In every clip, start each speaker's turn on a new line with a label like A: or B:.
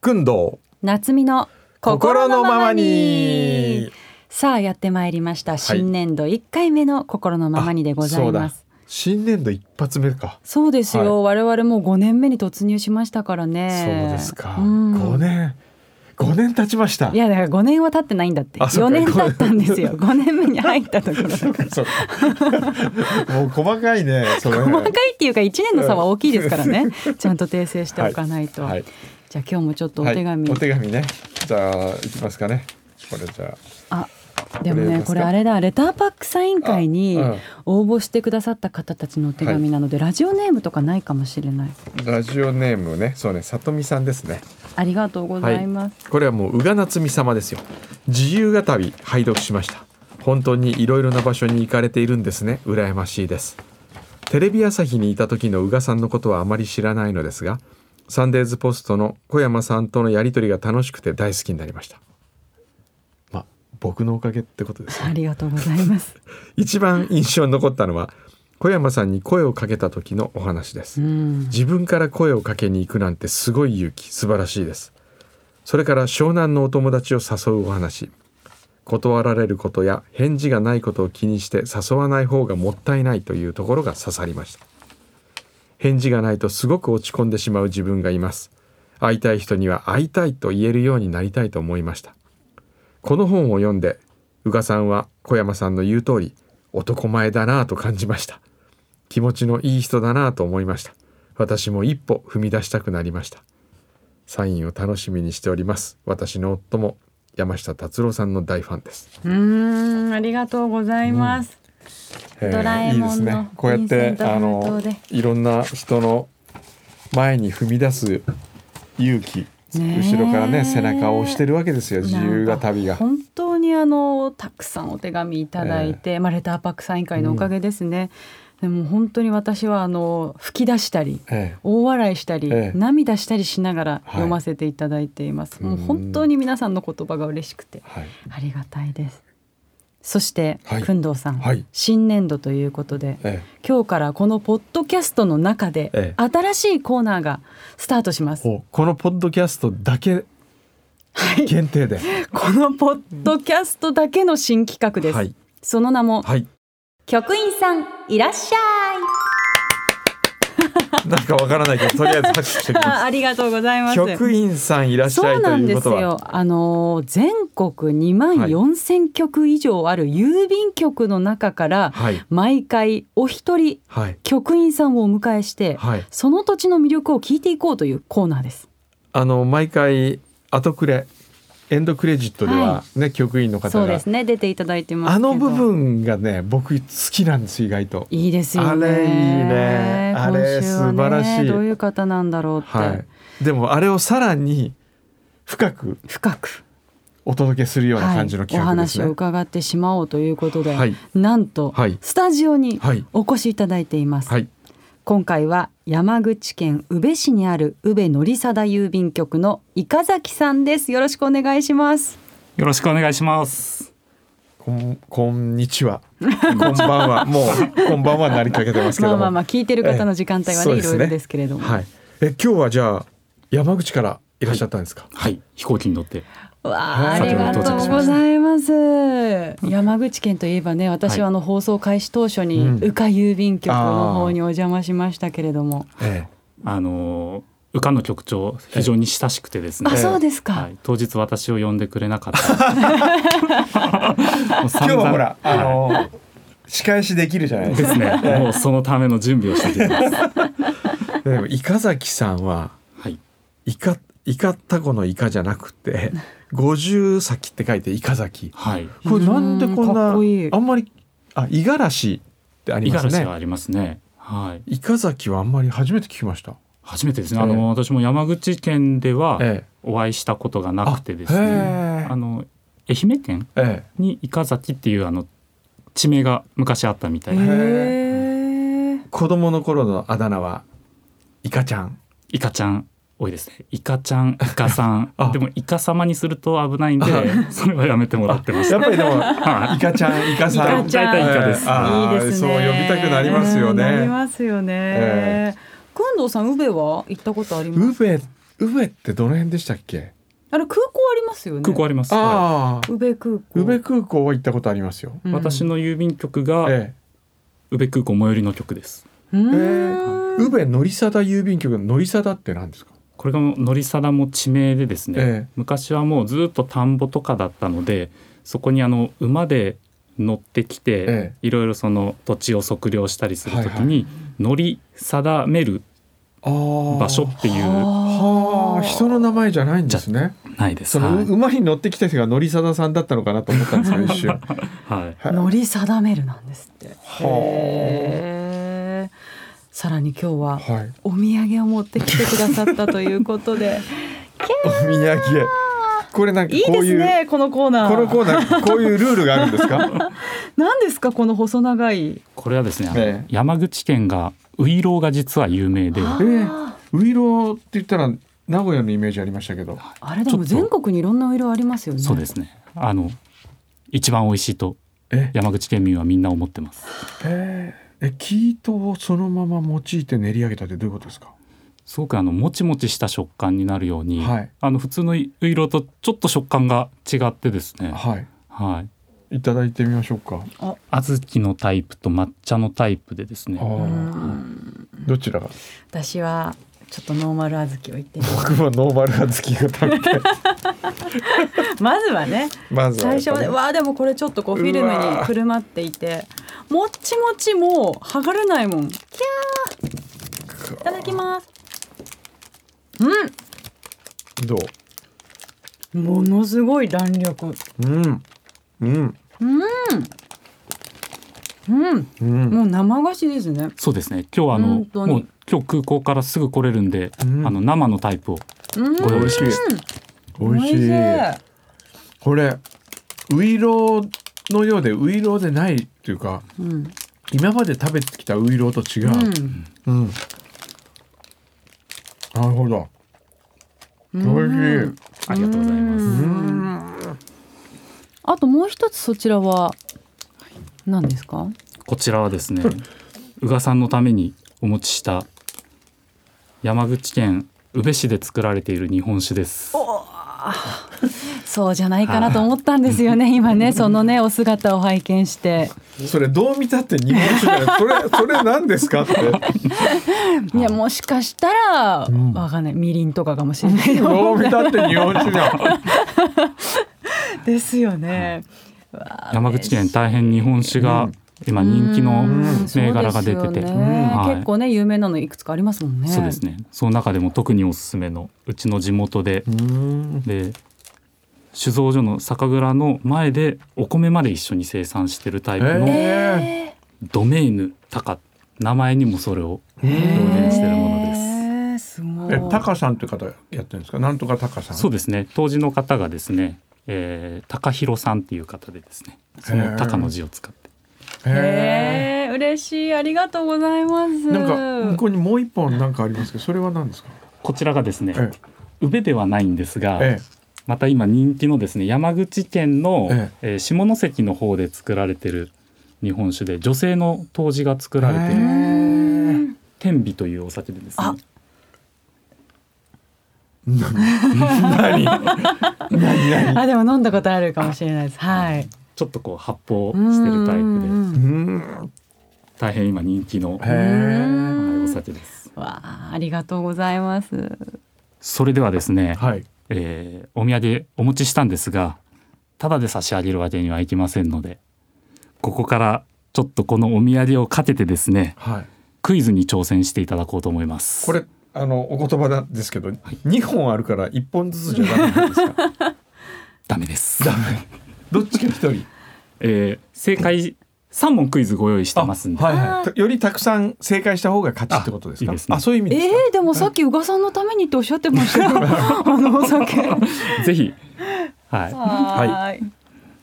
A: くんど
B: 夏美の心のままにさあやってまいりました新年度1回目の心のままにでございます、
A: 新年度一発目か。
B: そうですよ、我々もう5年目に突入しましたから
A: そ
B: ね
A: うですか。
B: ん
A: 五年。五年経ちました
B: い。やだから5年は経ってないんだって
A: あそ
B: 4
A: うか
B: 年経ったんで すよ5年目に入ったところだ
A: そう
B: か
A: かそうかもう細かいね。そ
B: ら
A: の
B: 細かいっていうか1年の差は大きいですからねちゃんと訂正しておかないと、
A: はい。
B: じゃあ今日もちょっとお
A: はい
B: 手紙、
A: お手紙ね。じゃあ、いきますかね。これじゃ
B: あでも
A: これ
B: ね
A: ですか
B: これあれだレターパックサイン会に
A: あうん
B: 応募してくださった方たちのお手紙なので、ラジオネームとかないかもしれない
A: あ、ラジオネームね、そうね、さとみさんですね。
B: ありがとうございます、
A: これはもう宇賀夏美様ですよ自由が旅拝読しました本当にいろいろな場所に行かれているんですね羨ましいですテレビ朝日にいた時の宇賀さんのことはあまり知らないのですがサンデーズポストの小山さんとのやりとりが楽しくて大好きになりましたまあ僕のおかげってことですね
B: ありがとうござい ます
A: 一番印象に残ったのは小山さんに声をかけた時のお話です
B: うん
A: 自分から声をかけに行くなんてすごい勇気素晴らしいですそれから湘南のお友達を誘うお話断られることや返事がないことを気にして誘わない方がもったいないというところが刺さりました返事がないとすごく落ち込んでしまう自分がいます会いたい人には会いたいと言えるようになりたいと思いましたこの本を読んで宇賀さんは小山さんの言う通り男前だなぁと感じました気持ちのいい人だなぁと思いました私も一歩踏み出したくなりましたサインを楽しみにしております私の夫も山下達郎さんの大ファンです
B: うーんありがとうございます、ドラえも
A: いい
B: んの
A: ですねこうやって
B: 便箋と
A: あ
B: 封
A: の
B: 筒で
A: いろんな人の前に踏み出す勇気
B: ねえ
A: 後ろからね背中を押してるわけですよ自由が旅が
B: 本当にあのたくさんお手紙いただいて、まあ、レターパックサイン会のおかげですね、でも本当に私はあの吹き出したり
A: え
B: 大笑いしたり、
A: ええ
B: 涙したりしながら
A: い
B: 読ませていただいています、
A: うん
B: もう本当に皆さんの言葉が嬉しくて
A: えはい
B: ありがたいですそして、
A: はい
B: くんどうさん、
A: はい
B: 新年度ということで
A: え
B: 今日からこのポッドキャストの中で、
A: え
B: 新しいコーナーがスタートします
A: えおこのポッドキャストだけ限定で
B: このポッドキャストだけの新企画です、
A: はい
B: その名も
A: はい
B: 局員さんいらっしゃ
A: なんかわからないけどとりあえず拍手してき
B: い
A: ます
B: あありがとうございます
A: 局員さんいらっしゃ
B: そう
A: いと
B: なん
A: いう
B: で
A: こ
B: す
A: とは
B: よあのー全国2万
A: はい
B: 4,000局以上ある郵便局の中から
A: はい
B: 毎回お一人
A: はい
B: 局員さんをお迎えして
A: はい
B: その土地の魅力を聞いていこうというコーナーです。
A: あの毎回後くれエンドクレジットでは
B: は
A: ね、局員の
B: そ
A: 方
B: うで
A: が
B: すね出ていただいてます
A: あ
B: けど
A: の部分がね僕好きなんです意外と
B: いいですよね。
A: あれいいねあれ
B: 今週はね
A: 素晴らしい
B: どういう方なんだろうって、
A: はいでもあれをさらに深く
B: 深く、
A: お届けするような
B: は
A: 感
B: い
A: じの
B: お
A: 企画です
B: 話
A: ね、
B: を伺ってしまおうということで、
A: はい
B: なんと、
A: はい
B: スタジオに
A: はい
B: お越しいただいています。
A: はい
B: 今回は山口県宇部市にある宇部のりさだ郵便局の伊香崎さんですよろしくお願いします
C: よろしくお願いします。
A: こんこんにちはこんばんはもうこんばんはなりかけてますけ
B: ま
A: ど
B: あ
A: も
B: まあまあ聞いてる方の時間帯は
A: ええそ
B: ね,、
A: う
B: い
A: です
B: ろ
A: ね
B: いろですけれども、
A: はいえ今日はじゃあ山口からいらっしゃったんですか、
C: はい、飛行機に乗って。
B: わああ
A: はい
B: りがとうございます山口県といえばね私はあの放送開始当初に
A: うん
B: 宇賀郵便局の方にお邪魔しましたけれども、
A: え
C: あのー、宇賀の局長、非常に親しくてですね。
B: あそうですか、
C: はい、当日私を呼んでくれなかった。 もう
A: え、
C: 散
A: 今日
C: 々
A: はほらあの仕返しできるじゃないですか
C: ですね。もうそのための準備をしてきてます。
A: でもイカザキさん は
C: はい。
A: イカイカタコのイカじゃなく て五十先って書いてイカザキ
C: はい。
A: これなんでこん
B: うーんか
A: な
B: っこいい
A: あんまりあ五十嵐ってあり
C: 五十
A: ます
C: 嵐が
A: ね
C: ありますね。はい。
A: イカザキはあんまり初めて聞きました
C: 初めてですね。
A: ええ
C: あのー、私も山口県では
A: え
C: お会いしたことがなくてです
A: あへ
C: ね
A: え。
C: あの、愛媛県
A: ええ
C: に伊香崎っていうあの地名が昔あったみたい
B: へ
C: で。
B: え
A: え子供の頃のあだ名はイカちゃん
C: イカちゃん多いですねイカち ゃんイカさん
A: あ
C: でもイカ様にすると危ないんでそれはやめてもらってま
A: や
C: す
A: っぱりでも
C: は
A: イカちゃんイカさん
B: イカちゃん
A: ええ
C: 大体イカです
A: あ
B: い
A: ー
B: いです
A: そう
B: ね。
A: 呼びたくなりますよ
B: うんなり
A: ね
B: ますよね。
A: え
B: くんどうさん、宇部は行ったことあり
A: 宇
B: ます。
A: 部宇部ってどの辺でしたっけ
B: あれ空港ありますよね
C: 空港あります、
A: ああ
C: は
B: 宇部空港
A: 宇部空港は行ったことありますよ、
C: い私
B: の
C: の郵便局が
A: え
C: 宇部空港最寄りの局です
B: う
A: え
B: ーん
A: 宇部乗りさだ郵便局の乗りさだって何ですか
C: これが乗り定も地名でですね、
A: ええ
C: 昔はもうずっと田んぼとかだったのでそこにあの馬で乗ってきて、
A: え
C: いろいろその土地を測量したりするとき
A: はいは
C: に乗り定める
A: ああ
C: 場所っていう
A: はあ人の名前じゃないんですね
C: ないです
A: その、
C: はい、
A: 馬に乗ってきた人が乗りさださんだったのかなと思ったんですよ一瞬
C: はい、
A: はい
B: 乗り定めるなんですって。
A: あ
B: へーさらに今日は
A: はい
B: お土産を持ってきてくださったというこ とで
A: お土産へこれなんか
B: いい
A: こ
B: で
A: うい
B: す
A: う
B: ねこのコーナー
A: このコーナーこういうルールがあるんですか
B: 何ですかこの細長い
C: これはですねあの、
A: ええ
C: 山口県がウイローが実は有名で
B: あ
A: え
B: ー
A: ウイローって言ったら名古屋のイメージありましたけど
B: あれでも
C: ちょっ
B: 全
C: と
B: 国にいろんなお色ありますよね
C: そうですねあの一番美味しいと
A: え
C: 山口県民はみんな思ってます
A: えー、え生糸をそのまま用いて練り上げたってどういうことですか
C: すごくあのもちもちした食感になるように、
A: はい
C: あの普通のウイローとちょっと食感が違ってですね
A: はい
C: はい
A: いただいてみましょうか
C: 小豆のタイプと抹茶のタイプでですね
A: あ
B: う
A: ー
B: ん
A: どちらが
B: 私はちょっとノーマル小豆をいってみます
A: 僕はノーマルが好きが食べて
B: まずはね
A: まずは
B: 最
A: やっぱね
B: 初はねわあでもこれちょっとこうフィルム
A: うわ
B: に
A: ー
B: くるまっていてもっちもちもう剥がれないもんキャーいただきます
A: ど
B: ものすごい弾力
A: ううんうん
B: うん
A: うん
B: もう生菓子ですね
C: そうですね今日はあの
B: 本当に
C: もう今日空港からすぐ来れるんで、
A: うん
C: あの生のタイプを
B: うん
C: ご用意してます
A: 美味しいこれウイローのようでウイローでないっていうか
B: うん
A: 今まで食べてきたウイローと違
B: う
A: う、
B: ん
A: うんなるほど
B: 美
A: 美味しい
C: ありがとうございます
B: あともう一つそちらは何ですか
C: こちらはですね宇賀さんのためにお持ちした山口県宇部市で作られている日本酒です
B: そうじゃないかなと思ったんですよね今ねそのねお姿を拝見して
A: それどう見たって日本酒だよそれ それ何ですかって
B: いやもしかしたら、
A: ん
B: わかんないみりんとかかもしれない
A: どう見たって日本酒だ
B: ですよね。わあ
C: 山口県大変日本酒
A: う
C: が
A: ん
C: 今人気の
B: うん
C: 銘柄が出て
B: そう
C: て、
B: ですよ
A: うん
B: ね
C: はい
B: 結構ね有名なのいくつかありますもんね。
C: そうですねその中でも特におすすめのうちの地元で
A: うん
C: で酒造所の酒蔵の前でお米まで一緒に生産してるタイプ
A: へ
C: の
A: え
B: え
C: ドメイヌタカ名前にもそれを
A: う
B: ー
A: ん
C: 表現してるもので
B: へ
C: す
B: ーすごい。
A: えタカさんって方やってるんですかなんとかタカさん
C: そうですね当時の方がですね、えー、高弘さんっていう方でですねそ
A: へえ
C: の「高」の字を使って
A: へ
B: へえ嬉しいありがとうございます。
A: えなんか向こうにもう一本なんかありますけどそれは何ですか
C: こちらがですね
A: え
C: 宇部ではないんですが、
A: え
C: また今人気のですね山口県の、
A: え
C: えー下関の方で作られてる日本酒で女性の杜氏が作られて
A: へえ
C: る
B: うん
C: 天美というお酒でですね
B: あ
A: 何何何
B: あでも飲んだことあるかもしれないです。はい。
C: ちょっとこう発泡してるタイプで
B: うん
A: うん
C: 大変今人気の、
A: へえ
C: はいお酒です
B: わあありがとうございます。
C: それではですね、
A: はい
C: えーお土産お持ちしたんですがただで差し上げるわけにはいきませんのでここからちょっとこのお土産をかけてですね
A: はい
C: クイズに挑戦していただこうと思います
A: これあのお言葉なんですけど、二本あるから一本ずつじゃダメなんです か。
C: ダメです
A: ダメ。どっちか一人。
C: えー正解3問クイズご用意してますんで、
A: はいはい。よりたくさん正解した方が勝ちってことですか。
C: あいいですね
A: あそういう意味です
B: え
A: か。
B: ー、でもさっき宇賀さんのためにっておっしゃってましたよ あのお酒
C: ぜひ、はい、
B: はい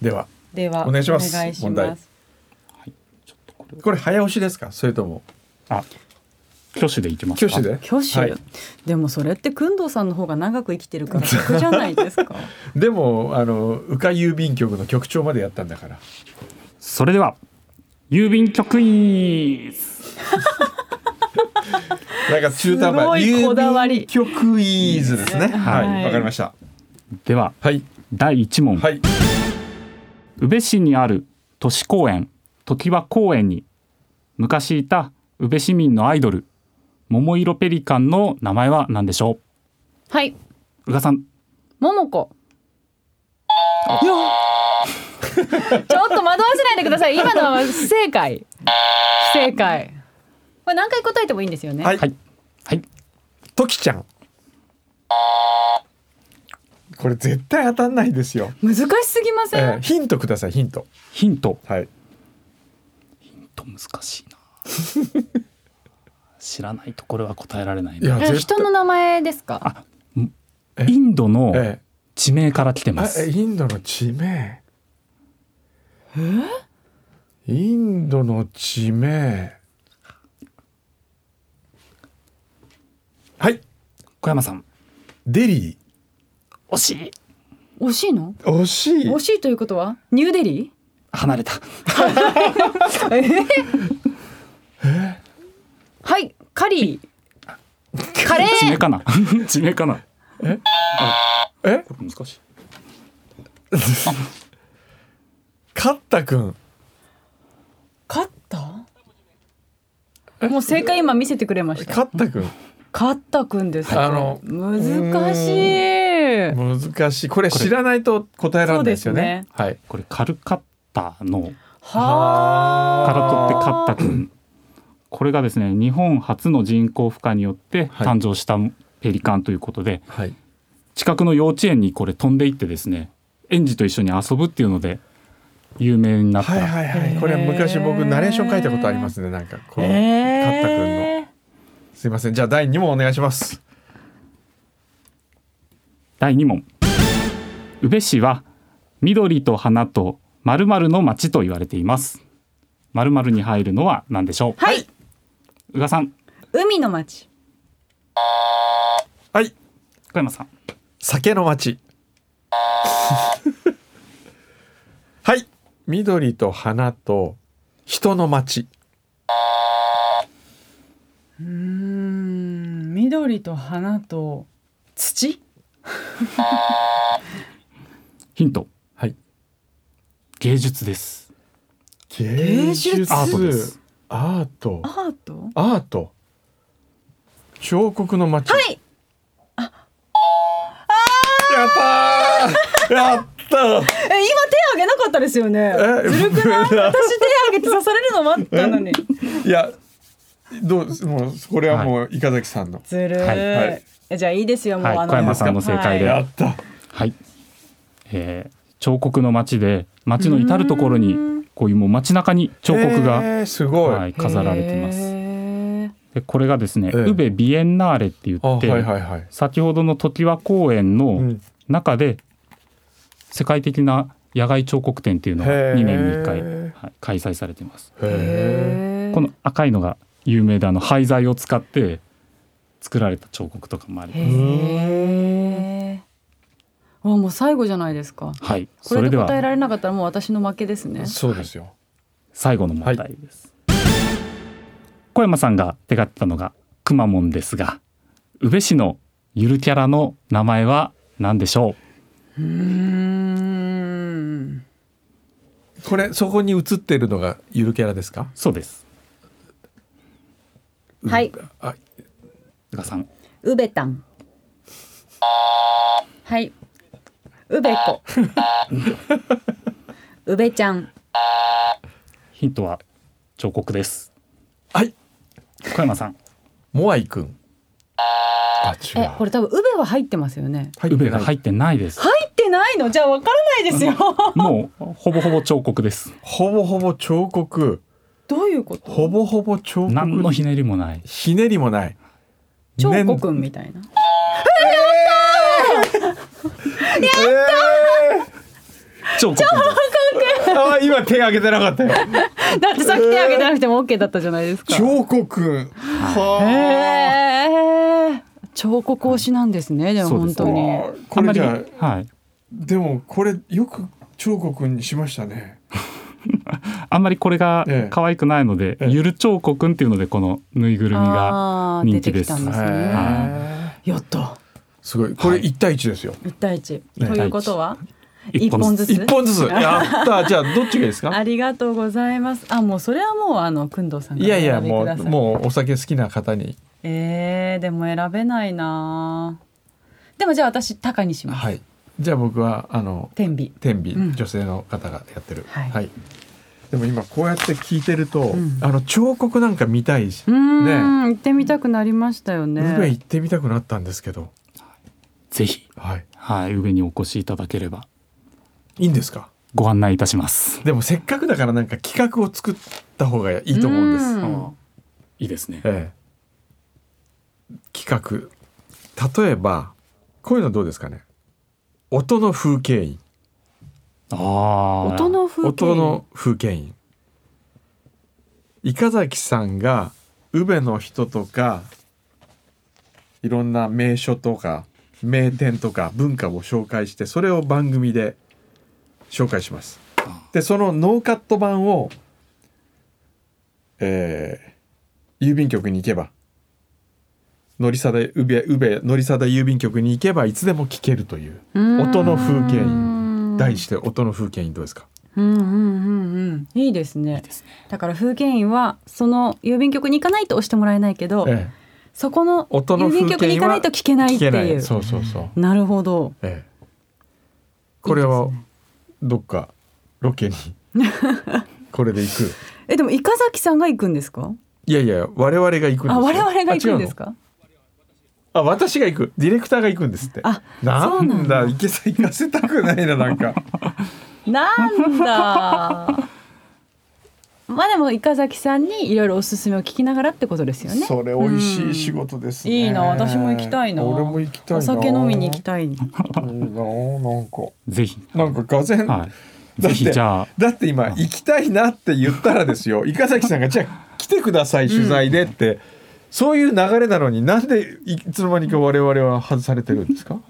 A: では
B: では
A: お願いします
B: お願いし
A: 問題これ早押しですか。それとも
C: あ挙手でいきますか
A: 挙手で。
B: 挙手、
A: はい。
B: でもそれって工藤さんの方が長く生きてるか ら得じゃないですか
A: でもあの宇賀郵便局の局長までやったんだから。
C: それでは郵便局員
A: なんか中途半端
B: すごいこだわり
A: 郵便局イーズですね。はい、わ、
B: はい
A: かりました。
C: では
A: はい、
C: 第1問、
A: はい、
C: 宇部市にある都市公園常盤公園に昔いた宇部市民のアイドル桃色ペリカンの名前は何でしょ
B: はい、
C: う宇賀さん
B: 桃子。いや。ちょっと惑わせないでください。今のは不正解。不正解。これ何回答えてもいいんですよね。
A: はい
C: はいはい
A: ときちゃん。これ絶対当たんないですよ。
B: 難しすぎません。
A: えー、ヒントください、ヒント。
C: ヒント
A: はい。
C: ヒント難しいな 知らないとこれは答えられない
A: いや
C: な
B: え人の名前ですか。
C: あインドの
A: え
C: 地名から来て
A: ー、
C: ま
A: あ
C: す、
A: えインドの地名。えインドの地名。はい、
C: 小山さん
A: デリ
C: 惜しい
B: 惜しいの。
A: ー。惜しい。
B: 惜しいということは。ニューデリ
C: 離れた
B: ー。えはい、カリー。カレ
C: 地名
B: ー。
C: かな地名かな
A: え、
C: これ難しい
A: 勝ったくん。
B: 勝った。もう正解今見せてくれました。
A: 勝ったくん。
B: 勝ったくんです。
A: あの
B: 難しい。
A: 難しいこれ知らないと答えられないですよねはい
C: これカルカッタの
B: はあ。
C: から取ってカッタ
B: く。
C: 君これがですね日本初の人工孵化によって
A: はい
C: 誕生したペリカンということで、
A: はい
C: 近くの幼稚園にこれ飛んでいってですね園児と一緒に遊ぶっていうので有名になった、
A: はいはいはいこれ昔僕ナレーション書いたことありますねなんかこのカッタくんの
B: ええ
A: すいませんじゃあ第2問お願いします
C: 第2問宇部市は緑と花と〇〇の町と言われています〇〇に入るのは何でしょう
B: はい。
C: 宇賀さん
B: 海の町。
A: はい
C: 小山さん
A: 酒の 町はい緑と花と人の町
B: うーん。緑と花と土。
C: ヒント
A: はい
C: 芸術です
A: 芸
B: 術
C: アートです
A: アート
B: アート。
A: アート彫刻の町
B: はい。
A: やったーやったー
B: え、今手挙げなかったですよね。
A: え
B: ずるくない。私手挙げて刺されるの待ったのに。
A: いや、どう、もう、これはもう、伊香崎さんの。
B: ずるい。
C: はい
A: はい
B: えじゃあいいですよ。もう、
C: はい
B: あの。
C: 小山さんの正解で
B: はい
A: やった。
C: はい、えー彫刻の街で街の至る所
B: うー
C: にこういうもう街中に彫刻が、
A: えーすごい。
C: はい、飾られてま
B: へ
C: す
B: ー
C: でこれがですね、
A: ええ
C: 宇部ビエンナーレって言
A: あ、は
C: っ
A: い
C: て、
A: はいはい。
C: 先ほどの常盤公園
A: う
C: の
A: ん
C: 中で世界的な野外彫刻展っていうのが
A: へー
C: 2年に1回、はい開催されてます
A: へ
B: へー
C: この赤いのが有名であの廃材を使って作られた彫刻とかもあり
B: へ
C: ます
B: え。あ、もう最後じゃないですか。
C: はい
B: こ
C: そ
B: れ
C: れ
B: で
C: で
B: 答え
C: は
B: られなかったらもう私の負けですね
A: ー。そうですよ。
C: 最後の問題です、小山さんが手がってたのがくまモンですが宇部市のゆるキャラの名前は何でしょう
B: うーん。
A: これ、そこに映ってるのが、ゆるキャラですか。
C: そうです
B: はい。
A: あ、
C: 宇賀さん
B: うべたん。はい。うべ こ。うべちゃん。
C: ヒントは彫刻です
A: はい。
C: 小山さん
A: モアイくん。あ、違
B: え、こ
A: う。
B: れ多分うべは入ってますよね。
A: 入
C: 宇部が入
A: っ
C: ってないです
B: 入ってないのじゃあわからないです よ。
C: もうほぼほぼ彫刻です
A: ほぼほぼ彫刻。
B: どういうこと？
A: ほぼほぼ彫刻。
C: 何のひねりもない
A: ひねりもない。
B: 彫
A: ねん
B: 刻みたいな。
A: えー
C: 彫刻です
A: あー、今手挙げてなかったよ。
B: だってさっき手挙げてなくても OK だったじゃないですか。
A: 彫刻。はあ。
B: へー彫刻推しなんですね。でも
C: そうで
B: 本
C: す
B: 当に。
A: あーこれじ
C: あ
A: ゃ
C: ん
A: あ
C: まりはい
A: でもこれよく彫刻にしましたね。
C: あんまりこれが
A: ええ
C: 可愛くないので、
A: ええ
C: ゆる彫刻っていうのでこのぬいぐるみが
B: あー
C: 人気です
B: 出てきたんですね、
A: へえ
B: やった
A: すごいこれ一対一ですよ、
B: 一対一
A: ね
B: ということは
C: 一
B: 一
C: 本
B: 本
C: ず
B: ず
C: つ
B: つ
A: 一本ずつやったじゃあどっちがいいですか
B: ありがとうございますあもうそれはもうあのくんどうさん
A: いやいやもう
B: う
A: もうお酒好きな方に
B: えー、でも選べないなでもじゃあ私高にします、
A: はいじゃあ僕はあの
B: 天秤
A: 天秤、
B: うん
A: 女性の方がやってる
B: はい
A: でも今こうやって聞いてると、
B: ん
A: あの彫刻なんか見たいし、
B: うーん、行ってみたくなりましたよね
A: ウベ行ってみたくなったんですけど
C: ぜひ
A: はい
C: はい上にお越しいただければ
A: いいんですか
C: ご案内いたします。
A: でもせっかくだからなんか企画を作った方がいいと思うんです、
B: うん
C: あいいですね。
A: ええ、企画例えばこういうのどうですかね音の風景印
C: ああ
B: 音の風景
A: 音の風景印伊香崎さんが宇部の人とかいろんな名所とか名店とか文化を紹介してそれを番組で紹介します
C: あ
A: でそのノーカット版を、えー郵便局に行けば乗りさだ宇部宇部乗りさだ郵便局に行けばいつでも聞けるという音の風景印題して音の風景印どうですか
B: うんうんうんうんいいですね
C: ですね。
B: だから風景印はその郵便局に行かないと押してもらえないけど、
A: ええ
B: そこの
A: 音の
B: 郵
A: 風景
B: 便
A: は
B: 局に行かないと聞けないっていう
A: そうそうそう、
B: なるほど
A: ええ、これはい
B: いですね
A: どっかロケに これで行く
B: えでも伊香崎さんが行くんですか
A: いやいや我々が行くんですよ
B: あ我々が行くんですか
A: あ違うのあ私が行くディレクターが行くんですって
B: あ
A: な
B: そうんな
A: だ
B: んだ
A: 行けさ行かせたくないななんか
B: なんだ まあでも伊香崎さんにいろいろおすすめを聞きながらってことですよね
A: それ美味しい仕事ですね、
B: いいな私も行きたいな
A: 俺も行きたいな
B: お酒飲みに行き
A: い
B: たい
A: いいななんか
C: ぜひ
A: なんかがぜん
C: はい。
A: だっ
C: ぜ
A: て
C: ひじゃあ
A: だって今行きたいなって言ったらです よ伊香崎さんが「じゃあ来てください取材で」って、そういう流れなのになんでいつの間にか我々は外されてるんですか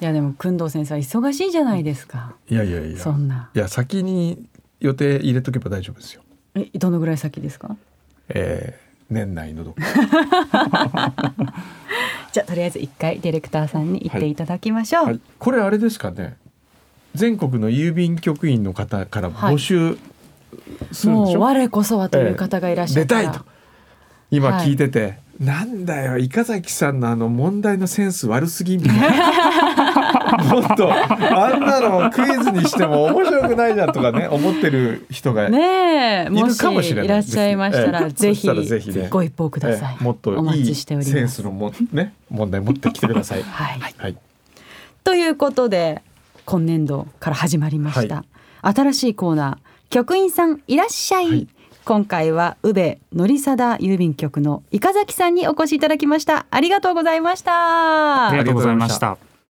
B: いやでも工藤先生は忙しいじゃないですか
A: いやいやい
B: そんない
A: や先に予定入れとけば大丈夫ですよ。
B: えどのぐらい先ですか
A: えー年内のど こか
B: じゃあとりあえず一回ディレクターさんに行っていただきましょう、
A: はい、これあれですかね全国の郵便局員の方から募集するんで
B: も
A: し
B: う
A: ょ、
B: 我こそはという方がいらっしゃ
A: 出
B: った
A: た
B: ら、
A: いと今
B: はい
A: 聞いてて、なんだよ伊香崎さんのあの問題のセンス悪すぎみたい なもっとあんなのクイズにしても面白くないじゃんとかね思ってる人が、
B: ねえも
A: いるかもし
B: し
A: れない
B: いらっしゃいました
A: え
B: ら
A: え
B: ぜひ
A: そしたらぜひね
B: ご一報くだ
A: え
B: さい、
A: えもっ
B: お
A: とい
B: 待
A: い
B: ちしております
A: センスのもね問題持ってきてください。
B: はい
A: はい、
B: ということで今年度から始まりました、
A: は
B: 新しいコーナー局員さんいらっしゃい、
A: はい
B: 今回は宇部のりさだ郵便局の伊香崎さんにお越しいただきましたありがとうございました
C: ありがとうございました。